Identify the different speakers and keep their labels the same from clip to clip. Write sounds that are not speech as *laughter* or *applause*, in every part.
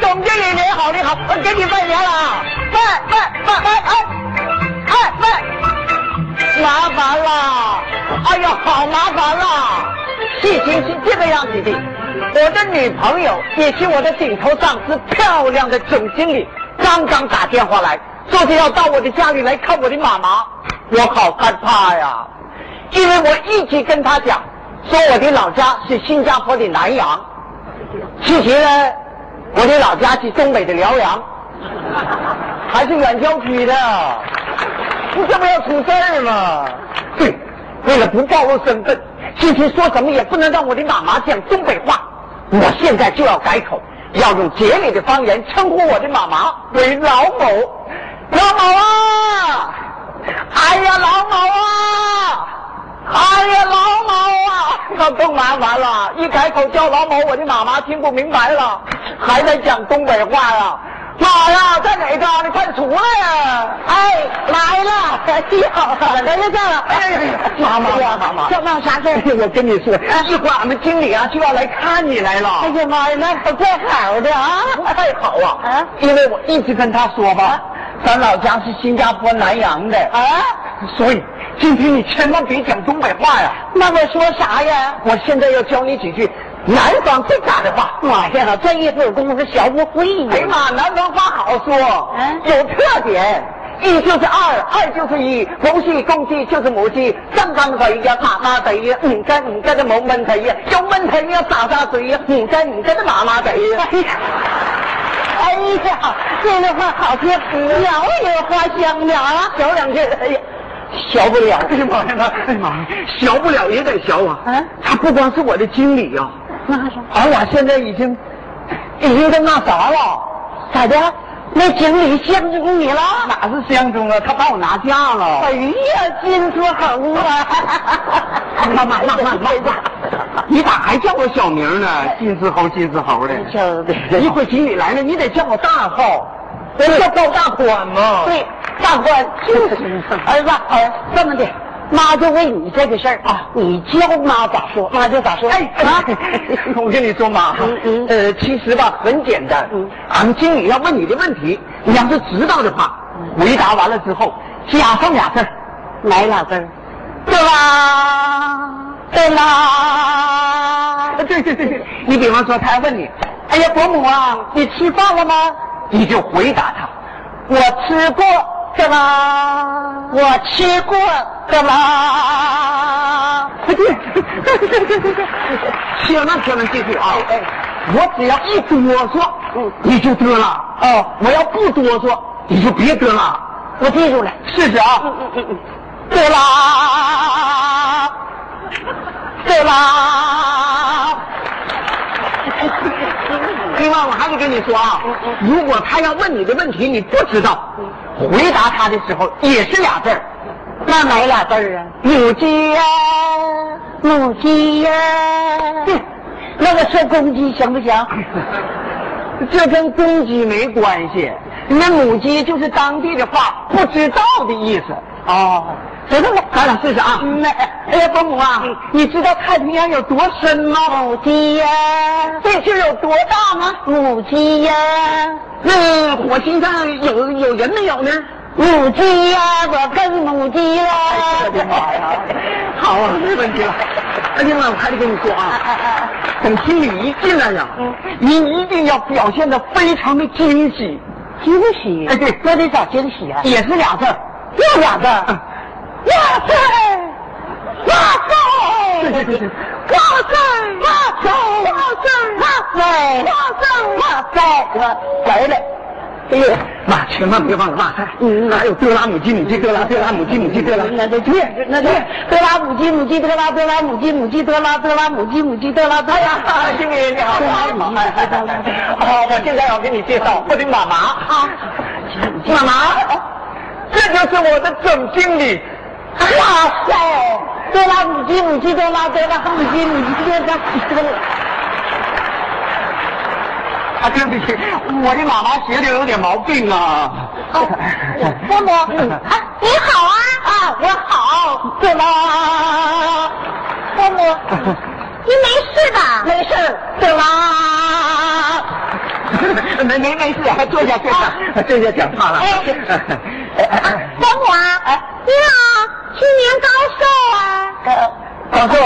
Speaker 1: 总经理您好，您好，我给你拜年了啊！拜拜拜拜哎哎拜，麻烦了，哎呀，好麻烦了！事情是这个样子的，我的女朋友也是我的顶头上司，漂亮的总经理，刚刚打电话来，说是要到我的家里来看我的妈妈，我好害怕呀，因为我一直跟她讲，说我的老家是新加坡的南洋。其实呢，我的老家是东北的辽阳，还是远郊区的，你这不要出事儿吗？对，为了不暴露身份，其实说什么也不能让我的妈妈讲东北话，我现在就要改口，要用节里的方言称呼我的妈妈为老某，老某啊，哎呀，老某啊。哎呀，老毛啊，那更麻烦了！一改口叫老毛，我的妈妈听不明白了，还在讲东北话呀！妈呀，在哪嘎达？快出来呀！哎，来了！哎呀，来了，来了！哎呀，妈妈，妈哎妈，这闹啥事我跟你说，一会儿俺们经理啊就要来看你来了。哎呀妈呀，那可怪好的啊！太好啊！啊，因为我一直跟他说吧，咱老家是新加坡南洋的啊，所以。今天你千万别讲东北话呀！那我说啥呀？我现在要教你几句南方最大的话。妈呀，这一会儿功夫学不会啊呀！哎呀妈，南方话好说，
Speaker 2: 嗯
Speaker 1: 有特点。一就是二，二就是一，不是公鸡就是母鸡，上当肥呀，打大肥呀，五干五干的毛闷肥呀，油闷肥呀，洒洒水呀，五干五干的麻麻肥呀。哎呀，
Speaker 2: 哎呀，这句话好听，袅袅花香袅啊！
Speaker 1: 小两句，哎呀，学不了。哎呀妈呀，哎呀妈呀，学不了也得学啊。
Speaker 2: 嗯
Speaker 1: 他不光是我的经理呀、
Speaker 2: 那啥，
Speaker 1: 俺俩现在已经已经都那啥了，
Speaker 2: 咋的？那经理相中你了？
Speaker 1: 哪是相中啊？他把我拿下了
Speaker 2: 哎。呀，金子恒啊！
Speaker 1: *laughs* 妈妈妈妈妈妈，你咋还叫我小名呢？金丝猴金丝猴的，
Speaker 2: 叫的
Speaker 1: 一会儿经理来了，你得叫我大号，我叫高大宽嘛。
Speaker 2: 对，大官就是 *laughs* 儿子，儿这么的，妈就为你这个事儿啊，你教妈咋说，妈就咋说。
Speaker 1: 哎
Speaker 2: 啊
Speaker 1: 啊！ *laughs* 我跟你说妈，
Speaker 2: 嗯嗯
Speaker 1: 呃，其实吧很简单，
Speaker 2: 嗯
Speaker 1: 俺们经理要问你的问题，你要是知道的话，回答完了之后加上俩字儿，
Speaker 2: 来俩字儿，对啦，对啦。
Speaker 1: 啊，对对对对，你比方说，他问你，哎呀，伯母啊，你吃饭了吗？你就回答他，我吃过，
Speaker 2: 干嘛？我吃过干嘛？
Speaker 1: 哎对，千万千万记住啊！
Speaker 2: 哎
Speaker 1: 我只要一哆嗦，
Speaker 2: 嗯
Speaker 1: 你就得了。哦，我要不哆嗦，你就别得了。
Speaker 2: 我记住了。
Speaker 1: 试试啊！
Speaker 2: 嗯嗯嗯，
Speaker 1: 对啦，对 *laughs* 啦。另外，我还得跟你说啊，
Speaker 2: 嗯
Speaker 1: 如果他要问你的问题你不知道，回答他的时候也是俩字儿，
Speaker 2: 那哪俩字儿啊？
Speaker 1: 母鸡呀、
Speaker 2: 母鸡呀、
Speaker 1: 哼
Speaker 2: 那个说公鸡行不行？
Speaker 1: *laughs* 这跟公鸡没关系，那母鸡就是当地的话，不知道的意思。
Speaker 2: 哦，
Speaker 1: 知道了，咱俩试试啊。
Speaker 2: 嗯
Speaker 1: 哎呀，伯母啊，你知道太平洋有多深吗？
Speaker 2: 母鸡呀、
Speaker 1: 这是有多大吗？
Speaker 2: 母鸡呀、
Speaker 1: 那火星上有有人没有呢？
Speaker 2: 母鸡呀、我跟母鸡呀、
Speaker 1: 哎我的妈
Speaker 2: *laughs*
Speaker 1: 呀！好啊，没问题了。哎呀妈，我还得跟你说
Speaker 2: 啊啊
Speaker 1: 啊，
Speaker 2: 啊！
Speaker 1: 等经理一进来呀
Speaker 2: 嗯，
Speaker 1: 你一定要表现的非常的惊喜，
Speaker 2: 惊喜，
Speaker 1: 哎对
Speaker 2: 那得找惊喜啊！
Speaker 1: 也是俩字儿，
Speaker 2: 又俩字儿
Speaker 1: 嗯
Speaker 2: 哇塞，哇塞，
Speaker 1: 对对对对
Speaker 2: 哇塞，哇塞，哇塞，哇塞，哇塞，哇塞，我来了，哎呦，
Speaker 1: 妈，千万别忘了哇塞，
Speaker 2: 嗯
Speaker 1: 还有德拉姆鸡母鸡德拉德拉母鸡母鸡德拉，
Speaker 2: 那得去，那得德拉母鸡，母鸡德拉，德拉母鸡，母鸡德拉，德拉母鸡，母鸡德拉，哎呀，
Speaker 1: 啊，经理你好，好，我现在要给你介绍我的妈妈啊，妈妈，这就是我的总经理。
Speaker 2: 哇塞，德拉母鸡，母鸡德拉，德拉母鸡，母鸡德拉，德拉。
Speaker 1: 啊，对不起，我的妈妈学的有点毛病啊。 *laughs*
Speaker 2: 哦，伯母，
Speaker 1: 嗯
Speaker 2: 啊，你好啊！啊，我好，对啦，伯母，你没事吧？没事，对啦，
Speaker 1: *laughs* 没没没事，还坐下坐下， *laughs* 坐下讲话了。
Speaker 3: 哎
Speaker 1: 哎哎哦 *laughs* 哎
Speaker 3: 等我啊，您老去年高寿啊？
Speaker 1: 呃，老师，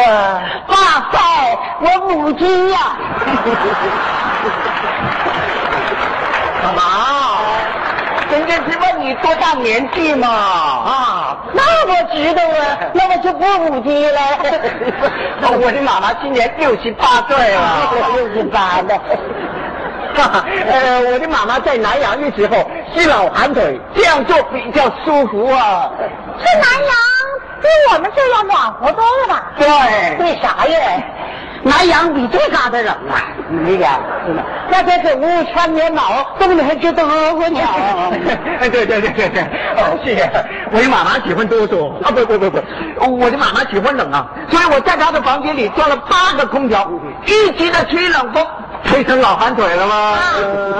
Speaker 2: 哇塞，我母鸡呀、
Speaker 1: 干嘛？人家是问你多大年纪嘛？啊，
Speaker 2: 那我知道啊，那我就不母鸡了。
Speaker 1: *laughs* 哦我的妈妈今年六十八岁
Speaker 3: *laughs*
Speaker 1: 了。 *laughs*
Speaker 2: 六十八了，
Speaker 1: 哈，呃，我的妈妈在南阳的时候是老寒腿，这样做比较舒服啊。
Speaker 3: 去南阳比我们这儿要暖和多了吧？
Speaker 1: 对，
Speaker 2: 为啥呀？南阳比这嘎达冷啊！
Speaker 1: 你俩真的。
Speaker 2: 那天搁屋穿棉袄，冻得还直哆嗦呢。
Speaker 1: *laughs* 哎，对对对对对，哦，谢谢。我的妈妈喜欢哆嗦啊，不不不不，我的妈妈喜欢冷啊，所以我在她的房间里装了八个空调，一级的吹冷风，吹成老寒腿了吗？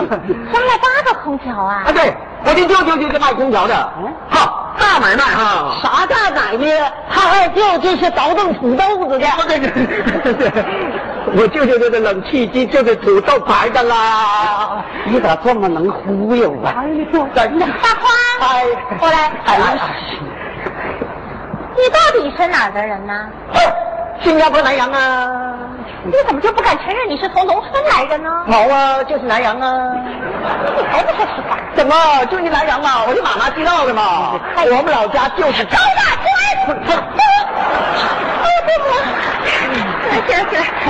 Speaker 3: 装了八个空调啊
Speaker 1: 啊，！对，我的舅舅就是卖空调的，
Speaker 2: 嗯
Speaker 1: 好啊大买卖哈。
Speaker 2: 啥大奶奶？他二舅这是倒腾土豆子的。
Speaker 1: 哎我这个， *laughs* 我舅舅这个冷气机就是土豆牌的啦。哎
Speaker 2: 你咋这么能忽悠啊？
Speaker 1: 真的，
Speaker 3: 大花，
Speaker 1: 哎，
Speaker 3: 过来
Speaker 1: 哎呀，
Speaker 3: 你到底是哪儿的人呢？
Speaker 1: 哎新加坡南洋啊，
Speaker 3: 你怎么就不敢承认你是从农村来的呢？
Speaker 1: 好啊，就是南洋啊。
Speaker 3: 你还不开始干？
Speaker 1: 怎么就是南洋嘛？我的妈妈知道的嘛。
Speaker 2: 哎
Speaker 1: 我们老家就是高大
Speaker 3: 行行，真真是对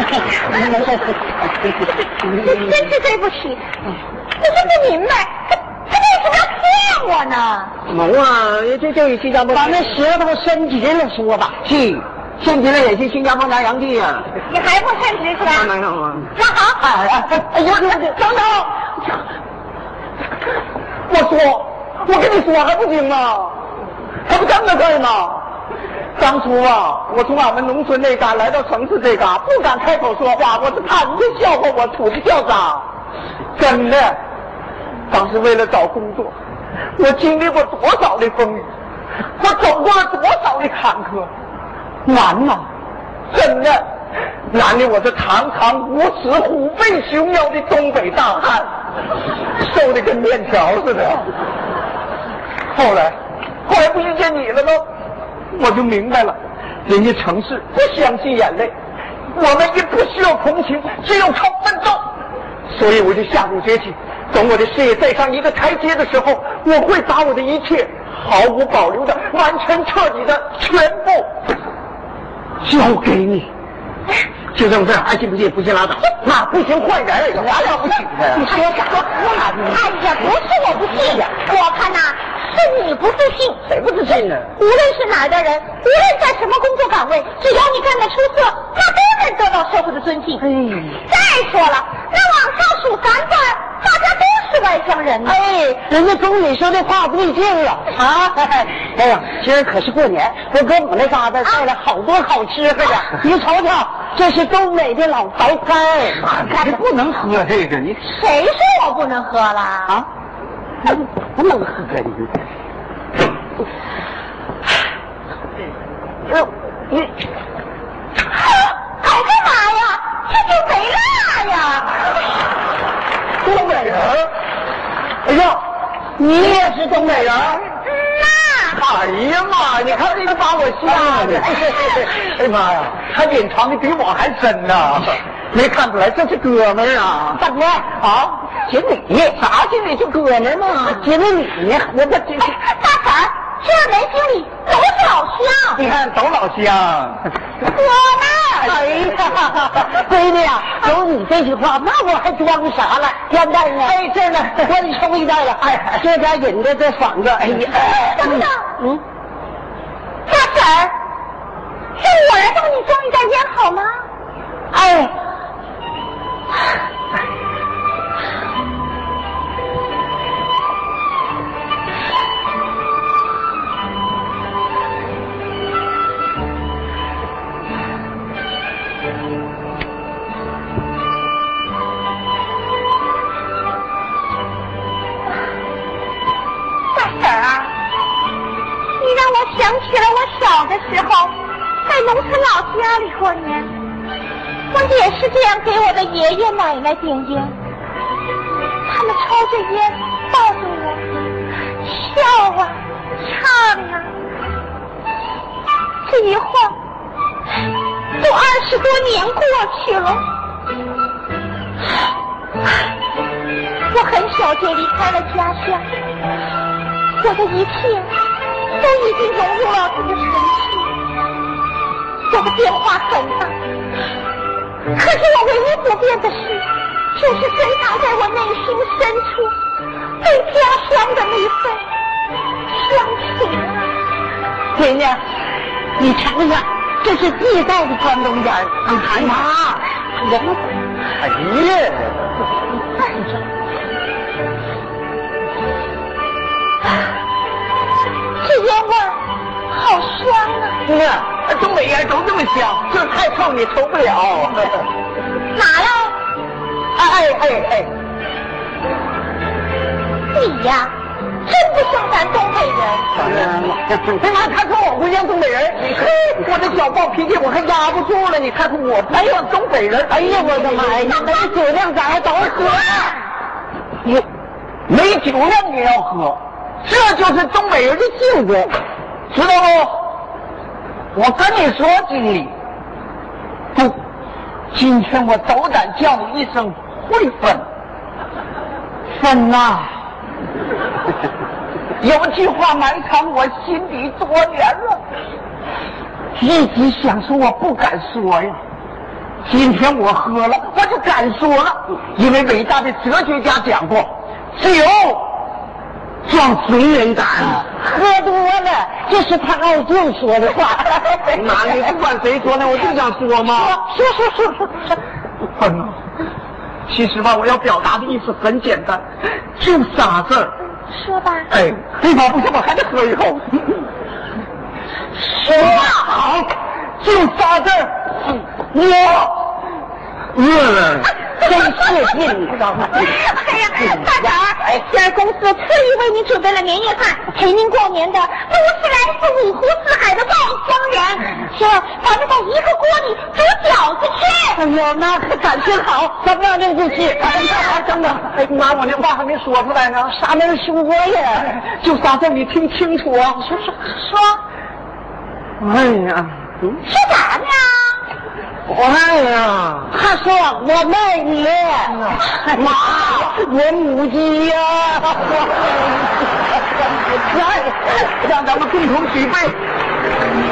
Speaker 3: 不起，我真不明白，他他为什么要骗我呢？
Speaker 1: 没啊，这就是新加坡。
Speaker 2: 把那舌头伸直了说吧。
Speaker 1: 去，现在也是新加坡南洋地啊。
Speaker 3: 你还不称职是吧？
Speaker 1: *laughs* 南洋啊。
Speaker 3: 那好，
Speaker 2: 哎哎哎哎呀，等等，
Speaker 1: 我说，我跟你说还不行吗？还不这么事儿吗？当初啊，我从俺们农村那嘎来到城市这嘎，不敢开口说话，我是怕人家笑话我土的掉渣。真的，当时为了找工作，我经历过多少的风雨，我走过了多少的坎坷，难呐、真的，难的我是堂堂五尺虎背熊腰的东北大汉，瘦的跟面条似的。后来，后来不遇见你了吗？我就明白了，人家城市不相信眼泪，我们也不需要同情，只有靠奋斗。所以我就下定决心，等我的事业再上一个台阶的时候，我会把我的一切毫无保留的、完全彻底的全部交给你。就这么事儿，爱信不信，不信拉倒。那不行，换人，有啥了不起的？
Speaker 3: 你说啥话呢？哎呀，不是我不信，我看呐、是你不自信。
Speaker 1: 谁不自信呢？
Speaker 3: 无论是哪儿的人，无论在什么工作岗位，只要你干得出色，那都能得到社会的尊敬。
Speaker 2: 哎
Speaker 3: 再说了，那往上数三辈儿，大家都是外乡人呢。
Speaker 2: 哎，人家宫里说的话对劲了啊！ *laughs* 哎呀，今儿可是过年，我给我们那嘎
Speaker 3: 啊
Speaker 2: 达带了好多好吃喝的，你瞅瞅，这是东北的老白菜。
Speaker 1: 这哎不能喝这个，你
Speaker 3: 谁说我不能喝了？
Speaker 2: 啊，不能喝你。
Speaker 1: 这你
Speaker 3: 哎呀妈呀，这就没辣呀！
Speaker 1: 东北人？哎呀，你也是东北人？
Speaker 3: 嗯那
Speaker 1: 哎呀妈，你看这个把我吓 *laughs* 的！哎呀妈呀，他隐藏的比我还深呐，没看出来这是哥们儿啊！大哥啊，经理啥经理就哥们儿嘛？
Speaker 2: 姐妹你呢？
Speaker 1: 我这这。
Speaker 3: 哎大婶儿，这没经理都是老
Speaker 2: *laughs*
Speaker 3: 乡。
Speaker 1: 你看都老乡，
Speaker 3: 我呢？
Speaker 2: 哎呀，闺女啊，有你这句话，那我还装啥了？烟袋呢？哎，这呢，我给你抽一袋了。哎，这边引着这嗓子，哎呀，
Speaker 3: 等等，
Speaker 2: 嗯，
Speaker 3: 大婶儿，是哎我来帮你装一袋烟好吗？
Speaker 2: 哎，
Speaker 3: 大婶儿啊，你让我想起了我小的时候在农村老家里过年，我也是这样给我的爷爷奶奶点烟。们抽着烟，抱着我，笑啊，唱啊，这一晃都二十多年过去了。我很小就离开了家乡，我的一切都已经融入了这个城市。我的变化很大，可是我唯一不变的是，就是珍藏在我内心深处对家乡的那份乡情啊。
Speaker 2: 嗯闺女，啊你尝尝，这是地道的关东烟儿，你啊尝尝。人
Speaker 1: 哎呀，
Speaker 3: 这烟味儿好香啊！
Speaker 2: 哎
Speaker 1: 是啊，东北烟都这么香，就是太臭你抽不了。
Speaker 3: 哪呀？
Speaker 1: 哎哎哎
Speaker 3: 你呀，真不像咱东北人。
Speaker 1: 哎，哎妈，他说我不像东北人，你看我这小暴脾气我还压不住了，你看我不像东北人。哎呀，我的妈呀，你们这酒量咋还都喝？你没酒量也要喝，这就是东北人的性格，知道不？我跟你说，经理，不，今天我斗胆叫你一声会分，分呐、有句话埋藏我心底多年了，一直想说我不敢说呀。今天我喝了，我就敢说了，因为伟大的哲学家讲过，酒壮怂人胆。
Speaker 2: 喝多了，这是他爱舅说的话。
Speaker 1: *laughs* 妈，你不管谁说呢，我就想说嘛。
Speaker 2: 说说说说
Speaker 1: *laughs*
Speaker 2: 说，
Speaker 1: 笨啊！其实吧，我要表达的意思很简单，就仨字儿。
Speaker 3: 说吧，
Speaker 1: 哎，哎妈，不行，我还得喝一口。说好，就仨字儿，我饿了。
Speaker 2: 真是劲，知道吗？
Speaker 3: 哎呀，大婶儿，今儿公司特意为您准备了年夜饭，陪您过年的都是来自五湖四海的外乡人。今儿咱们在一个锅里煮饺子吃。
Speaker 2: 哎呦，那可感情好，咱们俩就去吃。
Speaker 1: 哎呀，等等，哎妈，我这话还没说出来呢，哎
Speaker 2: 啥没说呀？
Speaker 1: 就仨字儿，你听清楚啊！
Speaker 3: 说说说，
Speaker 1: 哎呀，
Speaker 3: 吃啥呢？
Speaker 1: 哎呀，
Speaker 2: 他说我卖你，妈，我母鸡呀、
Speaker 1: 来，让咱们共同体会，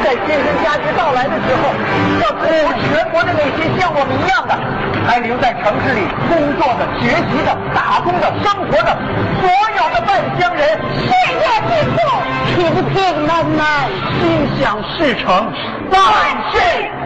Speaker 1: 在今生佳节到来的时候，要鼓舞全国的那些像我们一样的，还留在城市里工作的、学习的、打工的、生活的所有的外乡人，事业进步，
Speaker 2: 平平安安，
Speaker 1: 心想事成，万事。